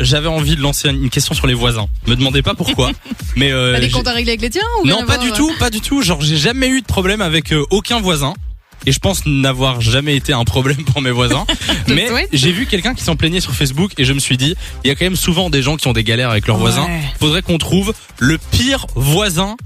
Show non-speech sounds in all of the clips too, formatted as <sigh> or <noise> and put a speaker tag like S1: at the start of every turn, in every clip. S1: J'avais envie de lancer une question sur les voisins. Me demandez pas pourquoi,
S2: <laughs>
S1: mais euh,
S2: T'as des
S1: j'ai-
S2: comptes à régler avec les tiens ou euh, rien
S1: non,
S2: à
S1: pas
S2: voir,
S1: du
S2: ouais.
S1: tout, pas du tout. Genre, j'ai jamais eu de problème avec euh, aucun voisin. Et je pense n'avoir jamais été un problème pour mes
S2: <laughs>
S1: voisins. Mais
S2: Ouais.
S1: j'ai vu quelqu'un qui s'en plaignait sur Facebook et je me suis dit, il y a quand même souvent des gens qui ont des galères avec leurs voisins.
S2: Ouais.
S1: Faudrait qu'on trouve le pire voisin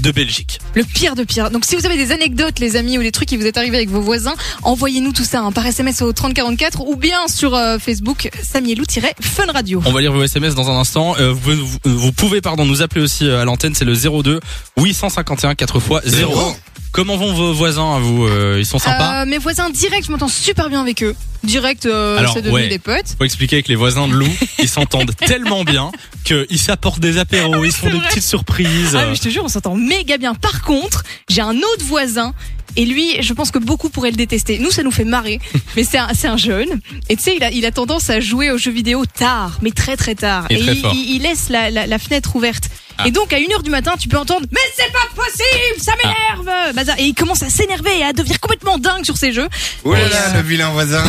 S1: de Belgique.
S2: Le pire de pire. Donc si vous avez des anecdotes, les amis, ou des trucs qui vous est arrivé avec vos voisins, envoyez-nous tout ça hein, par SMS au 3044 ou bien sur euh, Facebook Samielou-Fun Radio.
S1: On va lire vos SMS dans un instant. Euh, vous, vous- vous pouvez pardon nous appeler aussi euh, à l'antenne, c'est le 02 851 4 x 0. Comment vont vos voisins à vous euh, Ils sont sympas
S2: Euh, mes voisins direct, je m'entends super bien avec eux. Direct, euh,
S1: Alors,
S2: c'est devenu
S1: ouais.
S2: des potes.
S1: faut expliquer que les voisins de
S2: <laughs>
S1: Lou, ils s'entendent tellement bien qu'ils s'apportent des apéros, ils se font des petites surprises.
S2: Ah, mais je te jure, on s'entend méga bien. Par contre, j'ai un autre voisin. Et lui, je pense que beaucoup pourraient le détester. Nous, ça nous
S1: <laughs>
S2: fait marrer. Mais c'est un, c'est un jeune. Et tu sais, il a, il a tendance à jouer aux jeux vidéo tard, mais très très tard.
S1: Et très
S2: il,
S1: fort.
S2: il- il laisse la, la- la fenêtre ouverte.
S1: Ah. Ah.
S2: Et donc, à 1h du matin, tu peux entendre Mais c'est pas possible Ça m'énerve Bazar. Et il commence à s'énerver et à devenir complètement dingue sur ces jeux.
S3: Oh là là, le vilain voisin.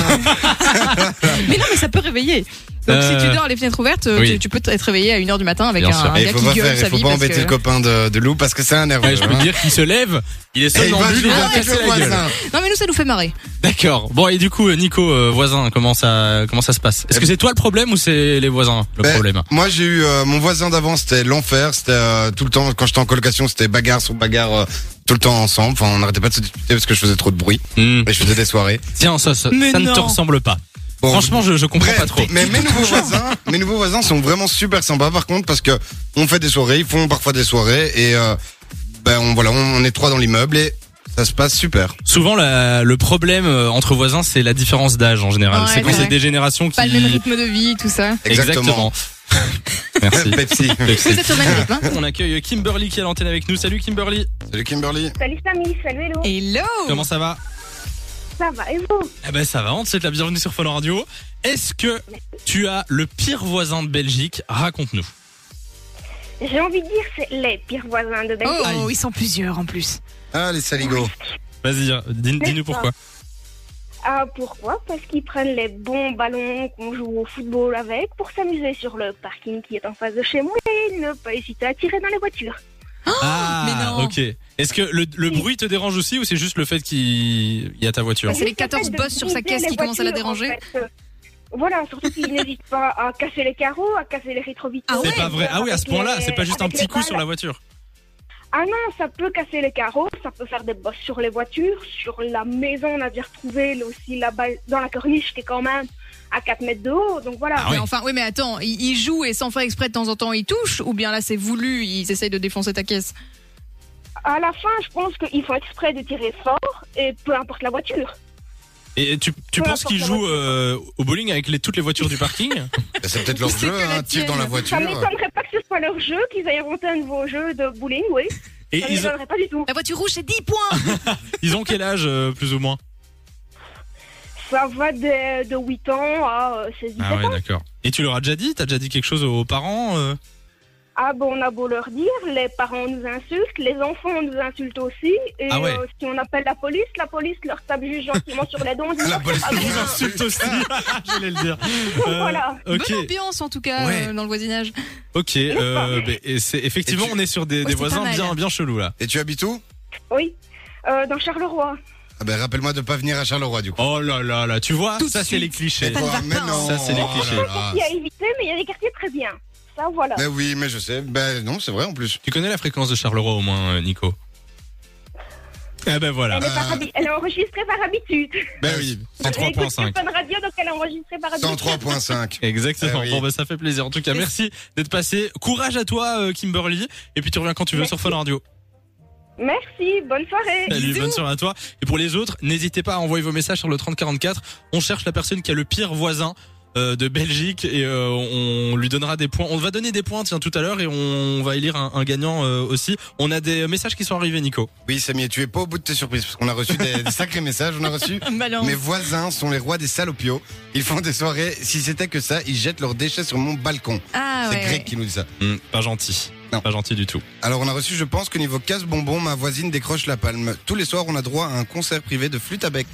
S2: Mais non, mais ça peut réveiller. Donc,
S1: Ah. Euh,
S2: si tu dors les fenêtres ouvertes, euh,
S1: oui.
S2: tu, tu peux être réveillé à 1h du matin avec un,
S1: Bien sûr.
S2: un
S3: Et
S2: gars
S3: il faut
S2: qui
S3: pas
S2: gueule
S3: faire,
S2: sa
S3: il faut
S2: vie.
S3: pas
S2: parce
S3: embêter
S2: que-
S3: le copain de, de Lou parce que c'est un nerveux.
S1: Ouais, je peux
S3: hein.
S1: dire qu'il se lève, il est
S3: Et il va
S1: somnambule, il
S3: jouer
S1: va
S3: avec
S1: casser
S3: le
S1: la gueule.
S3: voisin.
S2: Non, mais nous, ça nous fait marrer.
S1: D'accord. Bon et du coup euh, Nico euh, voisin comment ça comment ça se passe Est-ce que c'est toi le problème ou c'est les voisins le
S3: Ben,
S1: problème
S3: Moi, j'ai eu euh, mon voisin d'avant, c'était l'enfer. C'était euh, tout le temps quand j'étais en colocation, c'était bagarre sur bagarre, euh, tout le temps ensemble. Enfin, on n'arrêtait pas de se disputer parce que je faisais trop de bruit
S1: Hmm.
S3: et je faisais des soirées.
S1: Tiens ça ça,
S2: Mais
S1: ça ne
S2: non.
S1: te ressemble pas.
S3: ben, Bon,
S1: Franchement je, je comprends
S3: bref,
S1: pas trop.
S3: Mais mes nouveaux voisins, mes nouveaux voisins sont vraiment super sympas. Par contre, parce que on fait des soirées, ils font parfois des soirées et euh, ben on, voilà, on, on est trois dans l'immeuble et ça se passe super.
S1: Souvent, la- le problème euh, entre voisins, c'est la différence d'âge en général.
S2: Ouais,
S1: c'est quand
S2: ouais.
S1: c'est des générations qui.
S2: Pas le même rythme de vie, tout ça.
S3: Exactement.
S1: Exactement. <laughs>
S3: <laughs>
S1: Merci.
S3: Pepsi.
S1: Merci.
S2: Vous êtes au même rythme, hein
S1: On accueille Kimberly qui est à l'antenne avec nous. Salut Kimberly.
S3: Salut Kimberly.
S4: Salut famille, salut Hello.
S2: Hello
S1: Comment ça va
S4: Ça va et vous
S1: Eh ben ça va. On te souhaite la bienvenue sur Fun Radio. Est-ce que tu as le pire voisin de Belgique Raconte-nous.
S4: J'ai envie de dire c'est les pires voisins de Belgique.
S1: Aïe.
S2: Oh, ils sont plusieurs en plus.
S3: Ah les saligots.
S1: Vas-y, euh, dis- dis-nous pourquoi.
S4: Ah pourquoi Parce qu'ils prennent les bons ballons qu'on joue au football avec pour s'amuser sur le parking qui est en face de chez moi et ne pas hésiter à tirer dans les voitures. Oh,
S2: mais non.
S1: Ah, ok. Est-ce que le, le bruit te dérange aussi ou c'est juste le fait qu'il il y a ta voiture
S2: C'est les
S4: Juste le
S2: 14
S4: fait de
S2: bosses sur sa
S4: briser
S2: caisse
S4: les
S2: qui commencent à la
S4: voitures, en
S2: déranger.
S4: fait. Voilà, surtout qu'ils n'hésitent pas à casser les carreaux, à casser les rétroviseurs.
S2: Ah
S1: C'est
S2: ouais.
S1: pas vrai. Ah oui, à ce
S4: avec
S1: point-là,
S4: les-
S1: c'est pas juste un
S4: avec
S1: petit
S4: les
S1: coup sur
S4: balles.
S1: la voiture.
S4: Ah non, ça peut casser les carreaux, ça peut faire des bosses sur les voitures, sur la maison, on a déjà retrouvé là aussi la balle dans la corniche qui est quand même à 4 mètres de haut, donc voilà.
S1: Ah
S2: Mais
S1: oui.
S2: enfin, oui, mais attends, ils, ils jouent et sans faire exprès de temps en temps ils touchent, ou bien là c'est voulu, ils essayent de défoncer ta caisse.
S4: À la fin, je pense qu'ils font exprès de tirer fort, et peu importe la voiture.
S1: Et tu, tu
S4: Peu
S1: penses
S4: importe
S1: qu'il
S4: la
S1: joue euh, au bowling avec les, toutes les voitures du
S4: <laughs>
S1: parking
S3: C'est peut-être
S2: C'est
S3: leur jeu,
S2: que la
S3: hein, tire dans la
S2: tienne.
S3: voiture.
S4: Ça m'étonnerait pas que ce soit leur jeu, qu'ils aient inventé un nouveau jeu de bowling, oui.
S1: Et
S4: Ça
S1: ils ont,
S4: m'étonnerait pas du tout.
S2: La voiture rouge c'est 10 points
S1: ils ont quel âge, euh, plus ou moins
S4: Ça va de, de 8 ans à euh,
S1: Ah
S4: 16 17 ans.
S1: d'accord. Et tu leur as déjà dit T'as déjà dit quelque chose aux parents euh
S4: Ah bon, on a beau leur dire, les parents nous insultent, les enfants nous insultent aussi, et
S1: Ah ouais.
S4: euh, si on appelle la police, la police leur tape juste gentiment sur les
S3: <laughs>
S4: dents. en disant,
S3: La police
S4: Ah
S3: nous
S4: bon,
S1: Ils insultent aussi <laughs> J'allais le dire. Euh,
S4: <laughs> Voilà.
S1: Ok,
S2: Bonne ambiance en tout cas
S1: Ouais.
S2: euh, dans le voisinage.
S1: ok. euh, mais- et c'est, effectivement,
S3: Et tu-
S1: on est sur des, des
S2: c'est pas
S1: voisins
S2: mal.
S1: bien, bien chelous là.
S3: Et tu habites où
S4: Oui, Euh, dans Charleroi.
S3: Ah ben rappelle-moi de pas venir à Charleroi du coup.
S1: Oh là là là, tu vois,
S2: Tout de
S1: ça c'est
S2: suite.
S1: les clichés.
S2: Pas de
S3: Oh,
S2: vaccin,
S3: mais
S2: hein.
S3: non.
S1: Ça, c'est les
S3: Oh là
S1: clichés.
S3: là.
S4: Il y a évité, mais il y a des quartiers très bien. Ça, voilà.
S3: Mais oui, mais je sais. Ben non, c'est vrai en plus.
S1: Tu connais la fréquence de Charleroi au moins, euh, Nico Ah ben voilà.
S4: Elle, est par
S3: Euh,
S4: habi- elle est enregistrée par habitude.
S1: Ben oui,
S4: Elle écoute
S1: 103.5.
S4: Fun Radio, donc elle est enregistrée
S2: Ah,
S4: par habitude.
S3: 103.5.
S1: Exactement.
S3: Ah oui.
S1: Bon, bah, ça fait plaisir. En tout cas, merci d'être passé. Courage à toi, euh, Kimberly. Et puis, tu reviens quand tu veux sur Fun Radio.
S4: Merci, bonne soirée.
S1: Salut,
S2: Bisous.
S1: bonne soirée à toi. Et pour les autres, n'hésitez pas à envoyer vos messages sur le 3044. On cherche la personne qui a le pire voisin euh, de Belgique et euh, on lui donnera des points. On va donner des points tiens tout à l'heure et on va élire un, un gagnant euh, aussi. On a des messages qui sont arrivés Nico.
S3: Oui, Samy, tu es pas au bout de tes surprises parce qu'on a reçu des, des sacrés messages. On a reçu. Mes voisins sont les rois des salopios. Ils font des soirées. Si c'était que ça, ils jettent leurs déchets sur mon balcon.
S2: Ah
S3: c'est
S2: ouais.
S3: Greg
S2: ouais.
S3: qui nous dit ça.
S1: Hmm, pas gentil.
S3: Non.
S1: Pas gentil du tout.
S3: Alors on a reçu, je pense que niveau casse-bonbon, ma
S2: <laughs>
S3: voisine décroche la palme. Tous les soirs, on a droit à un concert privé de flûte à bec.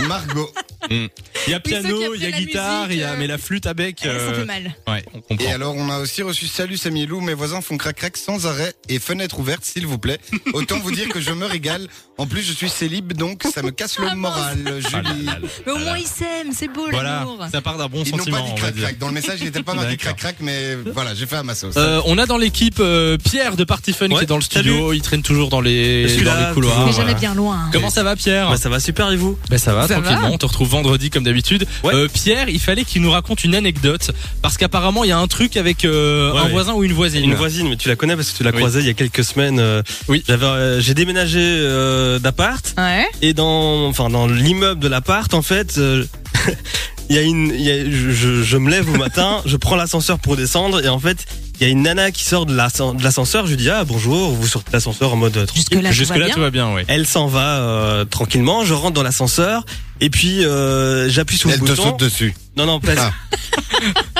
S3: Margot.
S1: Il y a
S2: Oui, ceux qui
S1: piano,
S2: apprennent
S1: il y a
S2: la
S1: guitare, il y a
S2: musique,
S1: mais la flûte à bec.
S2: Eh, Ça
S1: euh,
S2: fait mal.
S1: ouais, on comprend.
S3: Et euh, alors, on a aussi reçu Salut, c'est Milou. Mes voisins font crac-crac sans arrêt et fenêtre ouverte, s'il vous
S1: <laughs>
S3: plaît. Autant vous dire que je me régale. En plus, je suis célib, donc ça me casse le moral,
S1: Ah là
S3: Julie.
S1: là là
S2: Mais au
S1: là
S2: moins
S1: là.
S2: ils s'aiment, c'est beau
S1: voilà,
S2: l'amour.
S1: ça part d'un bon
S3: Ils n'ont pas
S1: sentiment.
S3: dit
S1: on va dire.
S3: crac-crac. Dans le message, il n'était pas marqué
S1: D'accord.
S3: crac-crac, mais voilà, j'ai fait à ma sauce.
S1: Euh, on a dans l'équipe euh, Pierre de Party Fun qui
S5: Ouais,
S1: est dans le studio. Il traîne toujours dans les,
S5: Je suis
S1: dans
S5: là,
S1: les couloirs.
S2: Mais
S5: toujours,
S2: jamais
S1: Voilà.
S2: bien loin. hein.
S1: Comment ça va Pierre
S5: Bah, ça va super et vous
S1: Ben ça va,
S2: Ça
S1: tranquillement.
S2: va
S1: On te retrouve vendredi comme d'habitude.
S5: Ouais.
S1: Euh, Pierre, il fallait qu'il nous raconte une anecdote parce qu'apparemment il y a un truc avec euh,
S5: Ouais,
S1: un
S5: ouais.
S1: voisin ou une voisine.
S5: Une voisine, mais tu la connais parce que tu l'as
S1: Oui.
S5: croisée il y a quelques semaines. euh,
S1: Oui.
S5: J'avais, euh, j'ai déménagé euh, d'appart
S2: Ouais.
S5: et dans, enfin dans l'immeuble de l'appart en fait. euh, <laughs> Il y a une, il y a- je, je- je me lève au matin, je prends l'ascenseur pour descendre et en fait il y a une nana qui sort de l'ascen- de l'ascenseur. Je lui dis ah bonjour, vous sortez de l'ascenseur en mode euh, tranquille.
S2: Jusque là,
S1: Jusque là tout va bien, oui.
S5: Elle s'en va euh, tranquillement. Je rentre dans l'ascenseur et puis euh, j'appuie sur le
S3: Elle te
S5: bouton.
S3: saute dessus.
S5: Non non, pas-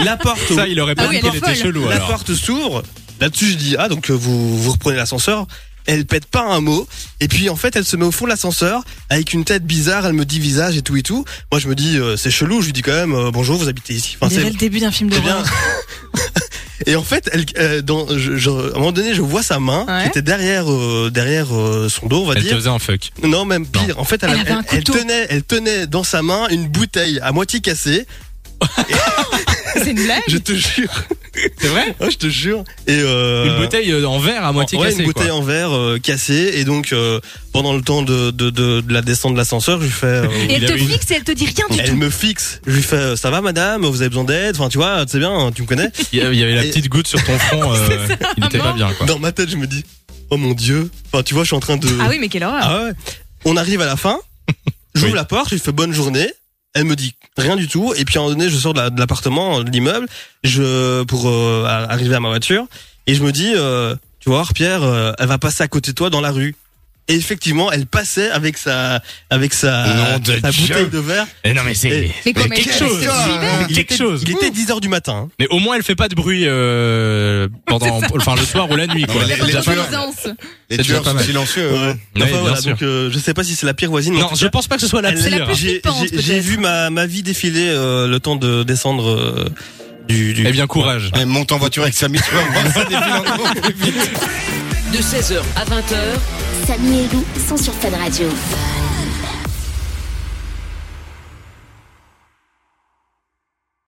S5: la porte.
S1: Ça, il aurait pas
S2: Ah oui,
S1: dit qu'elle
S2: elle est
S1: était
S2: folle.
S1: chelou
S5: La
S1: alors.
S5: porte s'ouvre. Là-dessus, je dis ah donc euh, vous vous reprenez l'ascenseur. Elle pète pas un mot. Et puis en fait, elle se met au fond de l'ascenseur avec une tête bizarre. Elle me dit visage et tout et tout. Moi, je me dis euh, c'est chelou. Je lui dis quand même euh, bonjour. Vous habitez ici. Enfin,
S2: Déjà
S5: c'est
S2: le début d'un film
S5: c'est
S2: d'horreur.
S5: bien. <laughs> et en fait, elle, euh, dans, je, je- à un moment donné, je vois sa main
S2: Ouais.
S5: qui était derrière euh, derrière euh, son dos, on va
S1: Elle te
S5: dire.
S1: faisait un fuck.
S5: Non, même pire. En fait, elle,
S2: Elle avait un couteau.
S5: tenait elle tenait dans sa main une bouteille à moitié cassée.
S2: <laughs> C'est une blague
S5: Je
S2: <laughs>
S5: te jure.
S1: C'est vrai
S5: Oh, je te jure. Et euh,
S1: Une bouteille euh, en verre à moitié
S5: ouais,
S1: cassée.
S5: une bouteille
S1: quoi.
S5: en verre euh, cassée et donc euh, pendant le temps de, de, de, de la descente de l'ascenseur je lui fais euh,
S1: Il
S2: Et elle te
S1: avait une-
S2: fixe et elle te dit rien du
S5: elle
S2: tout.
S5: me fixe je lui fais euh, ça va madame vous avez besoin d'aide enfin tu vois c'est bien hein, tu me connais
S1: Il y avait- il y avait la
S5: Et-
S1: petite goutte sur ton front. euh, il était pas
S2: maman.
S1: bien quoi.
S5: dans ma tête je me dis oh mon dieu enfin tu vois je suis en train de
S2: Ah oui, mais quelle horreur.
S5: Ah ouais. on arrive à
S1: <laughs>
S5: la fin j'ouvre
S1: Oui.
S5: la porte je lui fais bonne journée elle me dit rien du tout et puis à un moment donné je sors de la- de l'appartement de l'immeuble je pour euh, à- arriver à ma voiture et je me dis euh, tu vois Pierre euh, elle va passer à côté de toi dans la rue et effectivement elle passait avec sa avec sa,
S3: Nom de
S5: sa
S3: Dieu.
S5: bouteille de verre
S1: Et non mais c'est.
S5: Et-
S2: Mais comment
S3: quelque
S2: elle-
S3: chose,
S2: elle se
S3: hein.
S2: libère
S1: Il Quelque
S5: était,
S1: chose.
S5: il était 10h du matin hein.
S1: Mais au moins elle fait pas de bruit euh, pendant, enfin le soir ou la nuit quoi.
S3: Non, mais les-
S1: C'est déjà
S3: les
S1: pas
S3: tueurs-
S1: mal.
S2: Présence.
S3: Les
S1: C'est déjà
S3: tueurs
S1: pas
S3: sont
S1: mal.
S3: silencieux. hein.
S1: Ouais,
S5: Enfin,
S1: bien
S5: voilà,
S1: sûr.
S5: donc euh, je sais pas si c'est la pire voisine mais en
S1: Non,
S5: tout
S1: je pense pas que ce soit la
S5: Elle-
S2: C'est la
S1: pire.
S2: plus
S5: J'ai
S2: flippante,
S5: j'ai- j'ai
S2: peut-être.
S5: vu ma, ma vie défiler euh, le temps de descendre euh, du, du.
S1: Eh bien courage.
S3: Elle monte en voiture avec sa mise.
S6: De 16h à 20h,
S7: Samy et Lou sont sur Fun Radio.